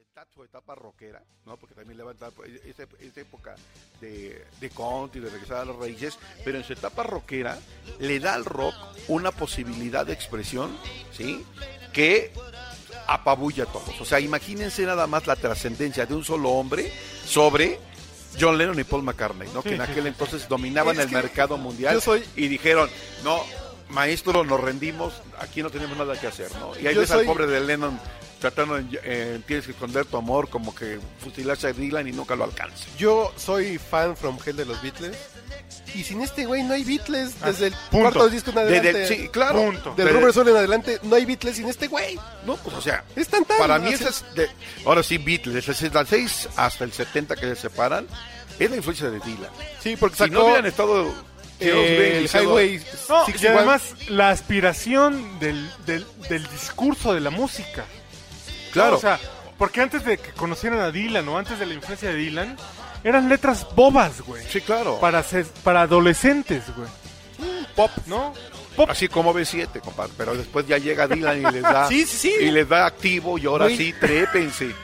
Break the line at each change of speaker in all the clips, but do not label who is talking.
está su etapa rockera, ¿no? Porque también levanta pues, esa, esa época de, de country, de regresar a las raíces, pero en su etapa rockera le da al rock una posibilidad de expresión, ¿sí? Que apabulla a todos. O sea, imagínense nada más la trascendencia de un solo hombre sobre John Lennon y Paul McCartney, ¿no? Que en aquel entonces dominaban el mercado mundial
soy-
y dijeron, no, maestro, nos rendimos, aquí no tenemos nada que hacer, ¿no? Y ahí
Yo
ves al
soy-
pobre de Lennon tratando, en, en tienes que esconder tu amor, como que fusilarse a Dylan y nunca lo alcanza.
Yo soy fan from hell de los Beatles. Y sin este güey no hay Beatles. Desde el
punto.
cuarto disco en adelante.
Ah, Desde el- sí, claro.
Punto.
Del
Desde-
Rubber Soul en adelante no hay Beatles sin este güey.
No, pues o sea,
Es tan tan.
para mí
así-
esa es de, ahora sí Beatles, desde el 66 hasta el 70 que se separan, es la influencia de Dylan.
Sí, porque
Si no
sacó eh,
hubieran estado Dios mío,
el
diciendo-
Highway
No, y
61.
además la aspiración del, del, del discurso de la música.
claro,
O sea, porque antes de que conocieran a Dylan o antes de la influencia de Dylan, eran letras bobas, güey.
sí, claro.
Para, ses- para adolescentes, güey.
pop,
¿No? Pop.
Así como B7, compadre. Pero después ya llega Dylan y les da,
Sí, sí, sí.
Y les da activo y ahora
Güey.
sí, trépense.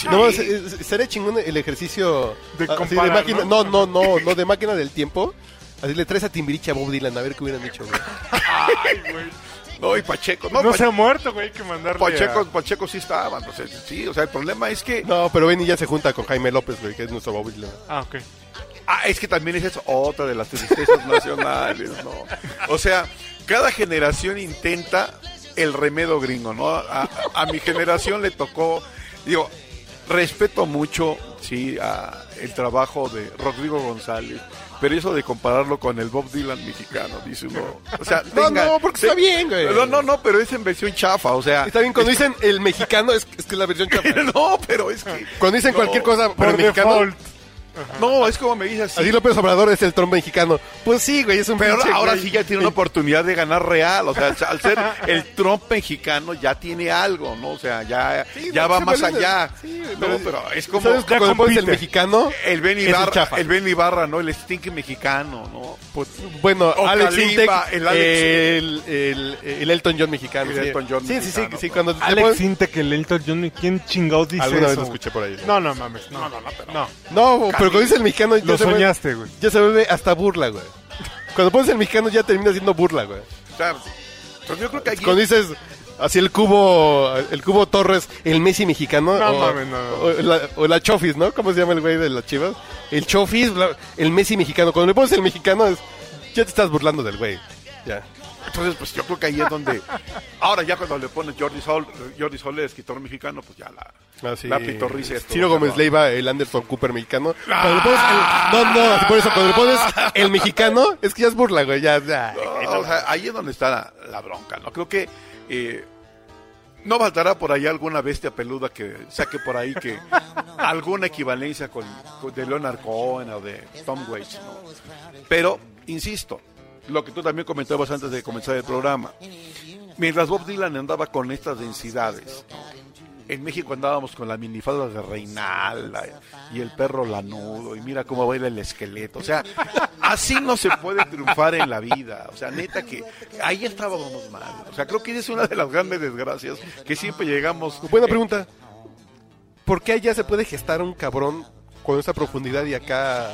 Sí.
No, es- es- sería chingón el ejercicio ah,
De
así
comparar,
máquina.
¿no?
¿no? no, no, no, de máquina del tiempo. Así le traes a Timbiriche a Bob Dylan a ver qué hubieran hecho, güey.
Ay, güey.
No, y Pacheco. No,
No
Pa-
se ha muerto, güey, hay que mandarle
Pacheco,
a-
Pacheco sí estaban. o sea, sí, o sea, el problema es que.
No, pero Benny ya se junta con Jaime López, güey, que es nuestro Bob Dylan.
Ah, ok.
Ah, es que también esa es otra de las tristezas nacionales, ¿no? O sea, cada generación intenta el remedio gringo, ¿no? A, a mi generación le tocó, digo, respeto mucho, sí, a el trabajo de Rodrigo González, pero eso de compararlo con el Bob Dylan mexicano, dice uno. O sea,
No,
tenga-
no, porque está
te-
bien, güey.
No, no, no, pero es en versión chafa, o sea.
Está bien, cuando dicen el mexicano, es, es que es la versión chafa.
No, pero es que.
Cuando dicen
no,
cualquier cosa, pero
Por
mexicano.
default.
No, es como me dice así.
Así López Obrador es el trombo mexicano. Pues sí, güey, es un
Pero
pinche
ahora
güey.
sí ya tiene una oportunidad de ganar real. O sea, al ser el Trump mexicano ya tiene algo, ¿no? O sea, ya,
Sí,
ya
no,
va
se
más
vale,
allá.
sí,
no, pero es como
¿Sabes
Ya
cuando pones el
compite.
mexicano?
el Ben
es un
Ibarra,
chafa.
el Ben Ibarra, ¿no? El stinky mexicano, ¿no?
Pues, bueno,
O
Alex
Kalimba,
Intec,
el Alex-
el, el- el Elton John mexicano.
El
sí.
Elton John
sí, sí,
mexicano,
sí, sí,
¿no?
cuando te
Alex
pues-
pones-
Sinte que el Elton John, ¿quién chingados dice
Alguna vez
eso,
lo
güey?
escuché por ahí.
No, no mames, no. No, no, no.
No, pero cuando dices el mexicano ya
Lo
se vuelve-
soñaste, güey.
ya se vuelve hasta burla, güey. Cuando pones el mexicano ya termina siendo burla, güey.
O sea, entonces yo creo que aquí...
Cuando dices así el cubo, el cubo Torres, el Messi mexicano.
No,
o,
mames, no.
o la, o la Chofis, ¿no? ¿Cómo se llama el güey de las chivas? El Chofis, bla- el Messi mexicano. Cuando le pones el mexicano, es- ya te estás burlando del güey. Ya.
Entonces, pues yo creo que ahí es donde... Ahora ya cuando le pones Jordi Sol, Jordi Sol, el escritor mexicano, pues ya la,
Ah,
Así.
la pitorriza. es todo,
Ah, Ciro Gómez
¿no?
Leiva, el Anderson Cooper mexicano. Cuando le pones
Ah.
el, no, no, así por eso, cuando le pones el mexicano, es que ya es burla, güey. Ya, ya.
No, o sea, ahí es donde está la, la bronca, ¿no? Creo que eh, no faltará por ahí alguna bestia peluda que saque por ahí que alguna equivalencia con, con- de Leonard Cohen o de Tom Waits, ¿no? Pero, insisto, lo que tú también comentabas antes de comenzar el programa, mientras Bob Dylan andaba con estas densidades, en México andábamos con la minifalda de Reinalda y el perro lanudo y mira cómo baila el esqueleto. O sea, así no se puede triunfar en la vida. O sea, neta que ahí estábamos mal. O sea, creo que esa es una de las grandes desgracias que siempre llegamos.
Eh.
Buena pregunta. ¿Por qué allá se puede gestar un cabrón con esa profundidad y acá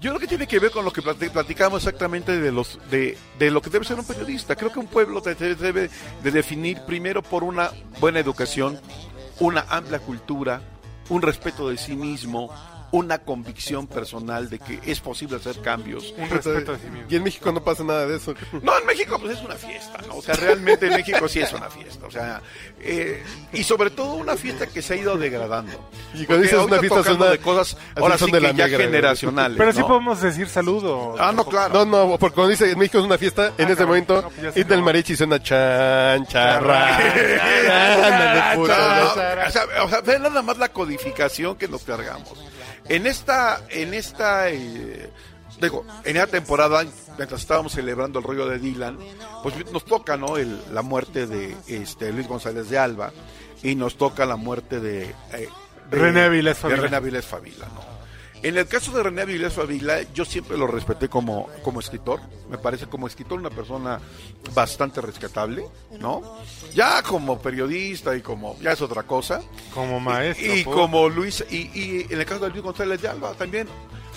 Yo creo que tiene que ver con lo que plati- platicamos exactamente de los de, de lo que debe ser un periodista. Creo que un pueblo te- te debe de definir primero por una buena educación, una amplia cultura, un respeto de sí mismo, una convicción personal de que es posible hacer cambios.
Un respeto a sí mismo.
Y en México no pasa nada de eso.
No, en México pues es una fiesta, ¿no? O sea, realmente en México sí es una fiesta. O sea, eh, y sobre todo una fiesta que se ha ido degradando.
Y
Porque
cuando dices
ahorita
una fiesta
tocando
suena-
de cosas
así
ahora
son
sí
de
que
la
ya
migra, güey.
generacionales.
Pero sí
¿no?
podemos decir saludo.
Ah, no, claro.
No, no, porque cuando dice en México es una fiesta,
Ah,
en ese
cabrón,
momento,
no, pues ya se
y del
acabó.
mariachi suena chan, charra.
No, o sea, o sea, ve nada más la codificación que nos cargamos. En esta, en esta, eh, digo, en esta temporada, mientras estábamos celebrando el rollo de Dylan, pues nos toca, ¿no? El- la muerte de este, Luis González de Alba y nos toca la muerte de, eh, de-
René Avilés
de
Favila.
René Avilés Favila, ¿no? En el caso de René Avilés o Avila, yo siempre lo respeté como, como escritor. Me parece como escritor una persona bastante rescatable, ¿no? Ya como periodista y como, ya es otra cosa.
Como maestro.
Y
por-
como Luis, y, y en el caso de Luis González de Alba también,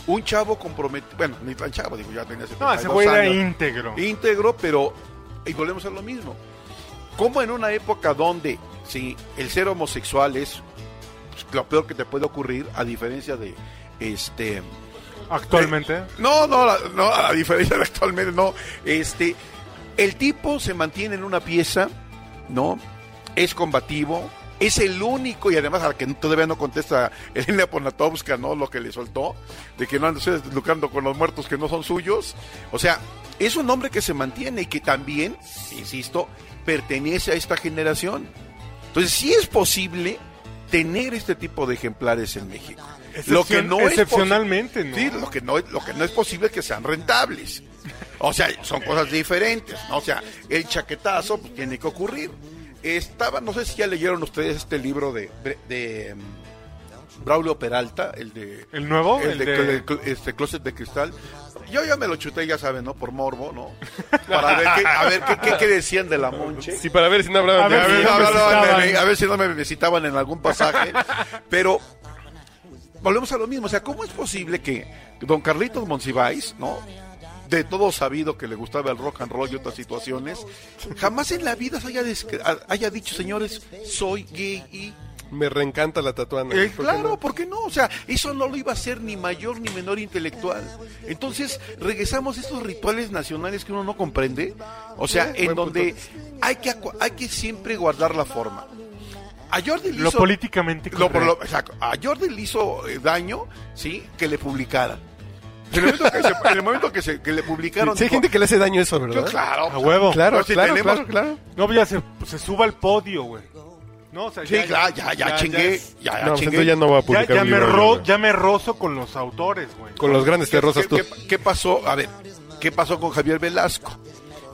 un chavo comprometido, bueno, ni tan chavo, digo, ya tenía 72
No, ese güey era
años.
íntegro.
íntegro, pero, y volvemos a lo mismo, como en una época donde, si el ser homosexual es pues, lo peor que te puede ocurrir, a diferencia de, este,
Actualmente.
no, no, la- no, a diferencia de actualmente, no. Este, el tipo se mantiene en una pieza, ¿no? Es combativo, es el único, y además al que todavía no contesta Elena Poniatowska, ¿no? Lo que le soltó, de que no anda ustedes lucrando con los muertos que no son suyos. O sea, es un hombre que se mantiene y que también, insisto, pertenece a esta generación. Entonces, sí es posible tener este tipo de ejemplares en México. Lo que no es posi-
excepcionalmente, ¿no?
Sí, lo que no es, lo que no es posible es que sean rentables. O sea, son cosas diferentes, ¿no? O sea, el chaquetazo pues, tiene que ocurrir. Estaba, no sé si ya leyeron ustedes este libro de, de, em, Braulio Peralta, el de
¿El nuevo?
el de,
de-
cl- de- este closet de cristal. Yo ya me lo chuté, ya saben, ¿no? Por morbo, ¿no? Para ver qué, a ver qué, qué- qué decían de la monche.
Sí, para ver si no hablaban
A
de
ver,
A
mí.
ver,
no
no, no, no,
me citaban.
me- a ver si no me citaban en algún pasaje. Pero volvemos a lo mismo. O sea, ¿cómo es posible que don Carlitos Monsiváis, ¿no? De todo sabido que le gustaba el rock and roll y otras situaciones, jamás en la vida se haya, descri- haya dicho, señores, soy gay y.
Me reencanta la tatuana.
Eh,
Pues, ¿Por qué
claro,
no?
¿por qué no? O sea, eso no lo iba a ser ni mayor ni menor intelectual. Entonces, regresamos a estos rituales nacionales que uno no comprende. O sea, en
buen punto.
donde hay que, acu- hay que siempre guardar la forma. A Jordi le
Lo
hizo-
políticamente
lo- por
correcto.
lo- exacto. A Jordi le hizo eh, daño, ¿sí? Que le publicaran. En el momento que, se- en el momento que se- que le publicaron.
Sí, hay
dijo,
gente que le hace daño eso, ¿verdad?
"Yo, claro.
A huevo.
Claro,
Pero si
claro,
tenemos-
claro, claro.
No, ya se, se suba al podio, güey. No, o sea,
Sí, claro, ya, ya, chingué.
es-
Ya, Ah, ya
No, pues
chingué.
entonces ya no va a
Ya,
publicar
ya
un
me
libro,
ro-
¿verdad?
ya me rozo con los autores, güey.
Con los grandes
¿Qué,
terrosas
qué-
tú.
qué- qué pasó? A ver, ¿qué pasó con Javier Velasco?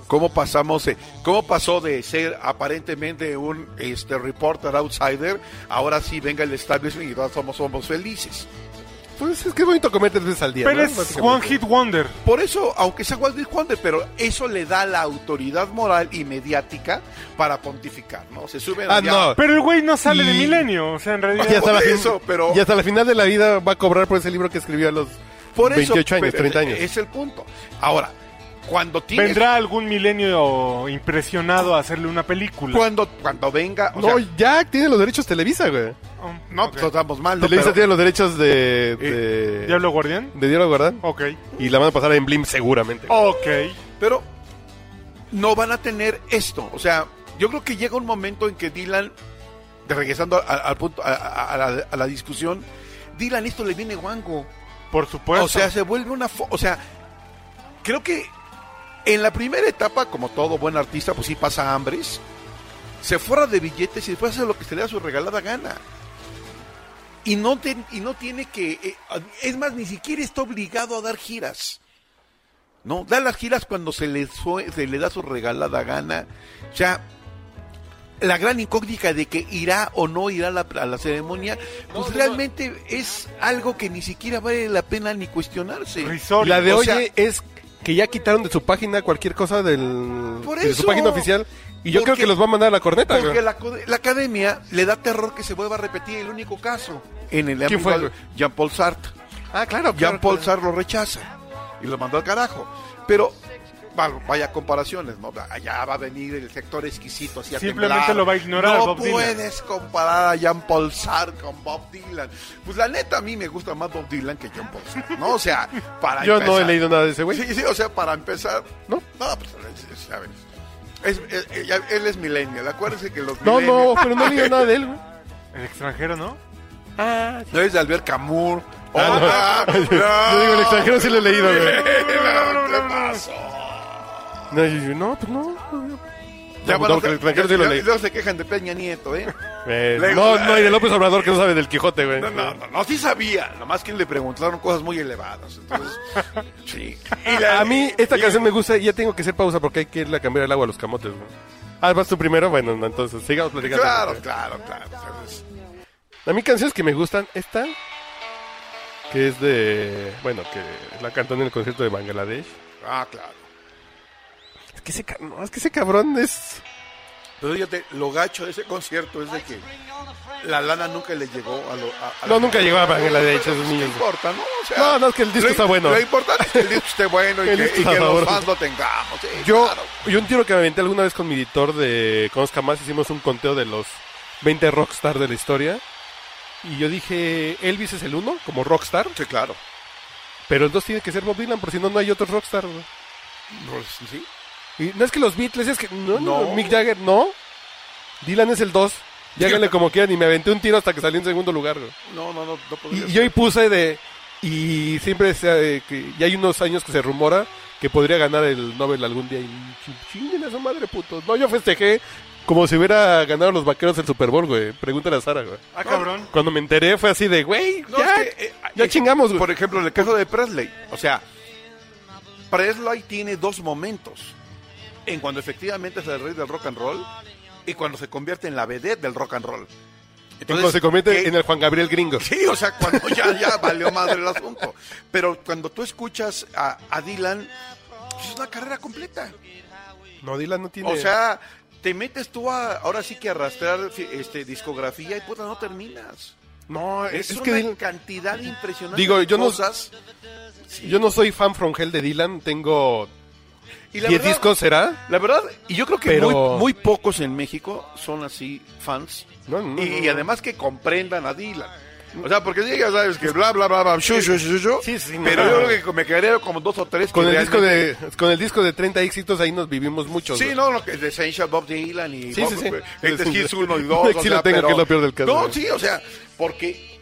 ¿Cómo pasamos, eh, cómo pasó de ser aparentemente un este reporter outsider, ahora sí venga el establishment y todos somos, somos felices?
Pues es que es bonito comer tres veces al día.
Pero
¿no?
es
Básicamente.
One Hit Wonder.
Por eso, aunque sea Walter Juande, pero eso le da la autoridad moral y mediática para pontificar, ¿no? Se suben
Ah,
allá-
no.
Pero el güey no sale de
Y-
milenio, o sea, en realidad...
Y hasta, la
Por
fin-
eso, pero-
y hasta la final de la vida va a cobrar por ese libro que escribió a los
Por eso,
28 años,
pero
30 años.
Es el punto. Ahora, cuando tienes
Vendrá algún milenio impresionado a hacerle una película.
cuando cuando venga, o
no,
sea,
ya tiene los derechos Televisa, güey.
Ah,
no,
ok.
pues estamos mal, ¿no?
Televisa
Pero- Eh,
tiene los derechos de. de
¿Diablo Guardián?
de Diablo Guardán.
Ok.
Y la van a pasar en Blim seguramente.
Oh,
Ok.
pero no van a tener esto. O sea, yo creo que llega un momento en que Dylan, de- regresando a- al punto, a, a- a la, a la discusión, Dylan esto le viene guango.
Por supuesto.
O sea, se vuelve una... fo- o sea, creo que en la primera etapa, como todo buen artista, pues sí pasa hambres, se forra de billetes y después hace lo que se le da su regalada gana. Y no, te- y no tiene que... eh, es más, ni siquiera está obligado a dar giras. No, da las giras cuando se le, sue- se le da su regalada gana. O sea, la gran incógnita de que irá o no irá a la, a la ceremonia, pues realmente es algo que ni siquiera vale la pena ni cuestionarse.
Risori.
la de
o
Oye
sea-
es que ya quitaron de su página cualquier cosa del,
Por
de su
eso.
página oficial. Y yo creo
Porque-
que los va a mandar a la corneta,
Porque
güey.
la, co- la academia le da terror que se vuelva a repetir el único caso. En el
¿Quién fue,
ámbito de Jean-Paul Sartre.
Ah, claro.
Jean-Paul Sartre lo rechaza y lo mandó al carajo. Pero bueno, vaya comparaciones, ¿no? Allá va a venir el sector exquisito así a
Simplemente
temblar.
lo va a ignorar
No
Bob Dylan.
puedes comparar a Jean-Paul Sartre con Bob Dylan. Pues la neta, a mí me gusta más Bob Dylan que Jean-Paul Sartre, ¿no? O sea, para
Yo no he
empezar.
leído nada de ese güey.
Sí, sí, o sea, para empezar,
¿No?
no, pues, es- es- a ver. Es- es- eh, ya- él es millennial, acuérdense que los
No, no,
millennials-
pero no he leído nada de él, güey.
El extranjero, ¿no?
no es de Albert Camus.
Ah,
no.
Yo digo, el extranjero sí lo he leído, güey.
¿Qué pasó?
No, yo- yo, no, pues no.
Ya, bueno,
el extranjero
ya-
sí lo
ya-
leí.
luego se quejan de Peña Nieto, ¿eh?
Eh,
Le-
no, no, y de López Obrador que no sabe del Quijote, güey.
No, no, no, no, sí sabía. Nomás que le preguntaron cosas muy elevadas. Entonces, sí. Y la-
A mí esta canción me gusta y ya tengo que hacer pausa porque hay que irle a cambiar el agua a los camotes, güey. Ah, vas tú primero, bueno, no, entonces sigamos platicando.
Claro, claro, claro. entonces,
A mí canciones que me gustan, esta. que es de, bueno, que la cantó en el concierto de Bangladesh.
Ah, claro.
Es que ese, ca- no, es que ese cabrón es...
Pero fíjate, lo gacho de ese concierto es de que la lana nunca le llegó a lo. a- a-
No, nunca llegó a Bangladesh, esos
No
niños.
importa, ¿no? O sea,
No, no, es que el disco
lo-
está bueno.
Lo importante es que el disco esté bueno y
El
que,
disco
y
está
que los
sabroso.
fans lo tengamos. sí,
Yo,
claro.
yo un tiro que me aventé alguna vez con mi editor de Conozca Más, hicimos un conteo de los 20 rockstar de la historia. Y yo dije, Elvis es el uno, como rockstar,
Sí, claro.
pero el dos tiene que ser Bob Dylan, por si no, no hay otros rockstar. güey.
Pues, sí.
Y no es que los Beatles, es que... No, no,
No.
Mick Jagger, no. Dylan es el dos. Y háganle como quieran. Y me aventé un tiro hasta que salí en segundo lugar. güey.
No, no, no, no podría
Y, y
ser.
yo ahí puse de... Y siempre se, eh, que ya hay unos años que se rumora que podría ganar el Nobel algún día. Y ch- chinguen a su madre, puto. No, yo festejé como si hubiera ganado los vaqueros el Super Bowl, güey. Pregúntale a Sara, güey.
Ah, cabrón.
Cuando me enteré fue así de, güey,
No,
ya,
es que, eh,
ya
eh,
chingamos, güey.
Por ejemplo, en el caso de Presley, o sea, Presley tiene dos momentos. En cuando efectivamente es el rey del rock and roll y cuando se convierte en la vedette del rock and roll.
Cuando se convierte
¿qué-
en el Juan Gabriel gringo.
Sí, o sea, cuando ya, ya valió madre el asunto. Pero cuando tú escuchas a, a Dylan, pues es una carrera completa.
No, Dylan no tiene...
O sea, te metes tú a, ahora sí que a arrastrar fi- este, discografía y puta, no terminas.
no,
Es,
es, es
una
que Dylan...
cantidad impresionante
Digo,
de
yo no-
cosas.
Yo no soy fan from hell de Dylan, tengo
Y la
10
verdad-
discos, ¿será?
La verdad, y yo creo que
Pero-
muy, muy pocos en México son así fans.
No, no,
y,
no,
y
no.
además que comprendan a Dylan. O sea, porque sí, ya sabes que bla, bla, bla, bla, shu, shu, shu, shu.
Sí, sí,
pero
no.
yo creo que me quedaría como dos o tres. que
Con el, disco
realmente-
de, con el disco de 30 éxitos ahí nos vivimos muchos.
Sí,
güey.
no, lo que es de Essential Bob Dylan y
Sí,
Bob,
sí, sí.
Este es Hits 1 y 2.
Sí lo tengo, que es lo peor del caso.
No, sí, o sea, porque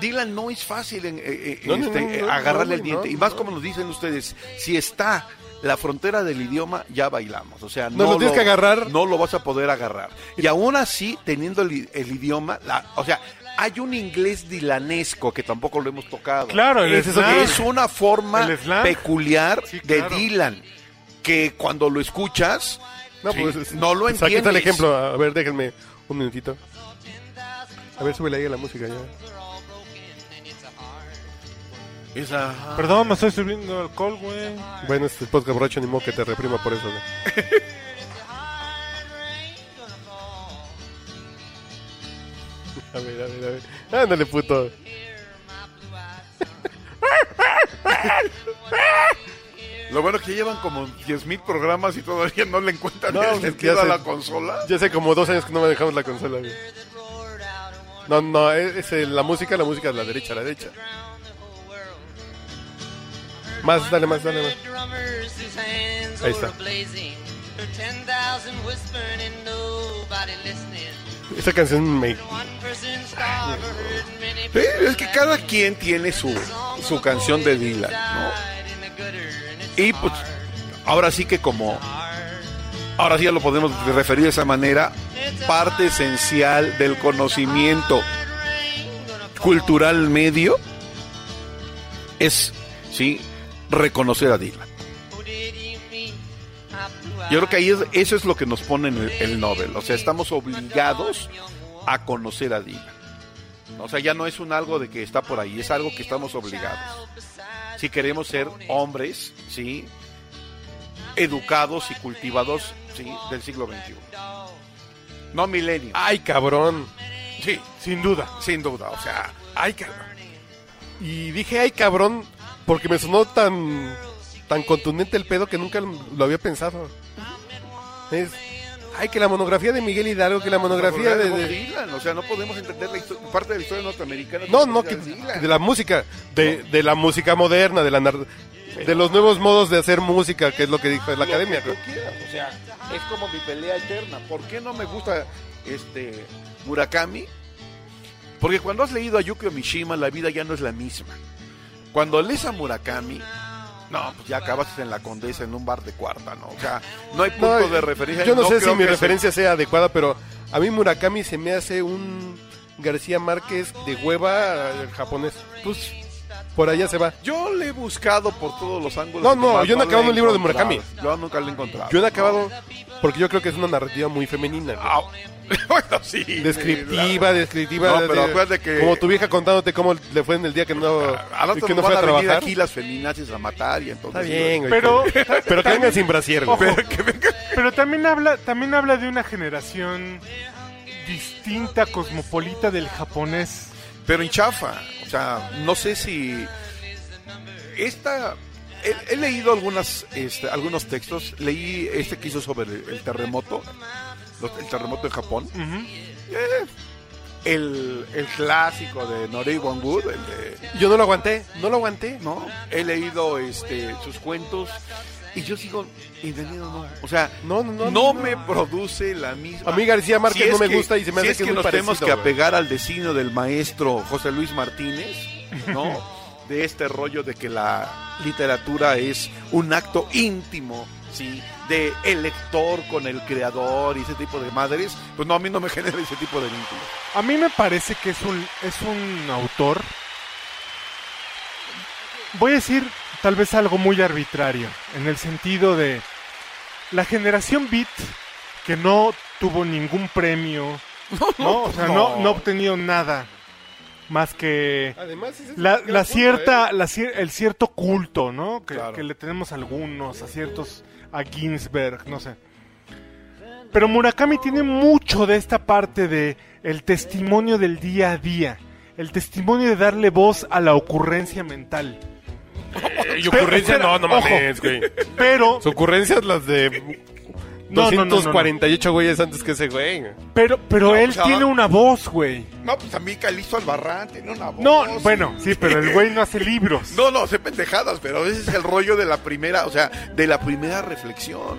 Dylan no es fácil en, eh, eh,
No, no,
este,
no, no,
eh,
no,
agarrarle
güey,
el diente.
no,
y más
no.
como nos dicen ustedes, si está la frontera del idioma, ya bailamos. O sea,
No,
no,
lo tienes que agarrar.
No lo vas a poder agarrar. Y aún así, teniendo el, i- el idioma, la- o sea, hay un inglés dilanesco que tampoco lo hemos tocado.
Claro, el
es,
slang.
es una forma
El slang.
peculiar
Sí,
de
claro.
Dylan que cuando lo escuchas
No,
Sí,
pues,
no lo
pues, Aquí está el
entiendes.
ejemplo. A ver, déjenme un minutito. A ver, súbele ahí a la música ya.
es ajá.
Perdón, me estoy subiendo alcohol, güey.
Bueno, este podcast borracho ni modo que te reprima por eso. güey. A ver, a ver, a ver. Ándale, puto.
lo bueno que llevan como 10.000 programas y todavía no le encuentran
No,
el
pues,
sentido
ya
a
sé.
la consola.
Ya hace como dos años que no manejamos la consola. güey. No, no, es, es el- la música, la música de la derecha, la derecha. Más, dale más, dale más. Ahí
Ahí
está.
está.
Esta canción me...
Sí, es que cada quien tiene su, su canción de Dylan, ¿no? Y pues ahora sí que como ahora sí ya lo podemos referir de esa manera, parte esencial del conocimiento cultural medio es sí reconocer a Dylan. Yo creo que ahí es- eso es lo que nos pone en el, el Nobel. O sea, estamos obligados a conocer a Dylan. O sea, ya no es un algo de que está por ahí, es algo que estamos obligados. Si queremos ser hombres, ¿sí? Educados y cultivados, ¿sí? Del siglo XXI. No milenio.
¡Ay, cabrón!
sí,
Sin duda.
sin duda. O sea,
¡Ay, cabrón! Y dije, ¡ay, cabrón! Porque me sonó tan... Tan contundente el pedo que nunca lo había pensado. Es... ¡Ay, que la monografía de Miguel Hidalgo, que la monografía de...
Bob
de-
Dylan, o sea, no podemos entender la histo- parte de la historia norteamericana.
No, no, que-
sin Dylan.
de la música, de, de la música moderna, de la nar- de los nuevos modos de hacer música, que es lo que dijo la
lo
academia.
que tú quieras, o sea, es como mi pelea eterna. ¿Por qué no me gusta este Murakami? Porque cuando has leído a Yukio Mishima, la vida ya no es la misma. Cuando lees a Murakami, no, pues ya acabas en la condesa en un bar de cuarta, ¿no? O sea, no hay punto
No,
de referencia.
Yo no, sé si
creo
mi
que se-
referencia sea adecuada, pero a mí Murakami se me hace un García Márquez de hueva eh, japonés.
pues,
Por allá se va.
Yo le he buscado por todos los ángulos.
No,
que
no,
tomar,
yo no he acabado
le
un libro de
encontrado.
Murakami.
Yo nunca lo he encontrado.
Yo no he acabado, porque yo creo que es una narrativa muy femenina. güey.
Ah, bueno, sí.
Descriptiva, descriptiva.
No, pero
de-
acuérdate que-
Como tu vieja contándote cómo le fue en el día que no,
A rato
que no
nos van
fue a
a, venir
trabajar.
aquí las feminazis a matar y entonces...
Está bien, güey.
Pero-
pero, pero que vengan sin brasier, güey.
Ojo. Pero también habla, también habla de una generación distinta, cosmopolita del japonés.
Pero en chafa. O sea, no sé si... Esta... He, he leído algunas, este, algunos textos. Leí este que hizo sobre el, el terremoto. los- El terremoto de Japón.
Ujú.
El, el clásico de Norei Wangwood, el de
Yo no lo aguanté, no lo aguanté.
¿no? He leído este sus cuentos y yo sigo entendiendo, no. O sea,
No, no, no.
no, me produce la misma.
A mí García Márquez
Si es
no me
que-
gusta y se me
si
hace
es
que
que,
es muy
nos tenemos que
parecido, güey.
apegar al destino del maestro José Luis Martínez, ¿no? de este rollo de que la literatura es un acto íntimo, ¿sí? De el lector con el creador y ese tipo de madres, pues no, a mí no me genera ese tipo de vínculo.
A mí me parece que es un, es un autor. Voy a decir tal vez algo muy arbitrario, en el sentido de la generación beat que no tuvo ningún premio, no, o sea, no, no ha obtenido nada más que
Además, ese es
la,
un gran
la
punto,
cierta,
¿eh?
la cier- el cierto culto, ¿no? Que,
Claro.
que le tenemos a algunos, a ciertos, a Ginsberg, no sé. Pero Murakami tiene mucho de esta parte de el testimonio del día a día, el testimonio de darle voz a la ocurrencia mental.
Y ocurrencia,
Espera,
no, no mames, güey.
Pero,
Su ocurrencia es las de
No, no, no, no, no.
248 güeyes antes que ese güey.
pero, pero
No,
él
o sea,
tiene una voz, güey.
No, pues a mí Calizo Albarrán tiene una voz.
No, bueno, sí, pero el güey no hace libros.
No, no, sé pendejadas, pero ese es el rollo de la primera, o sea, de la primera reflexión.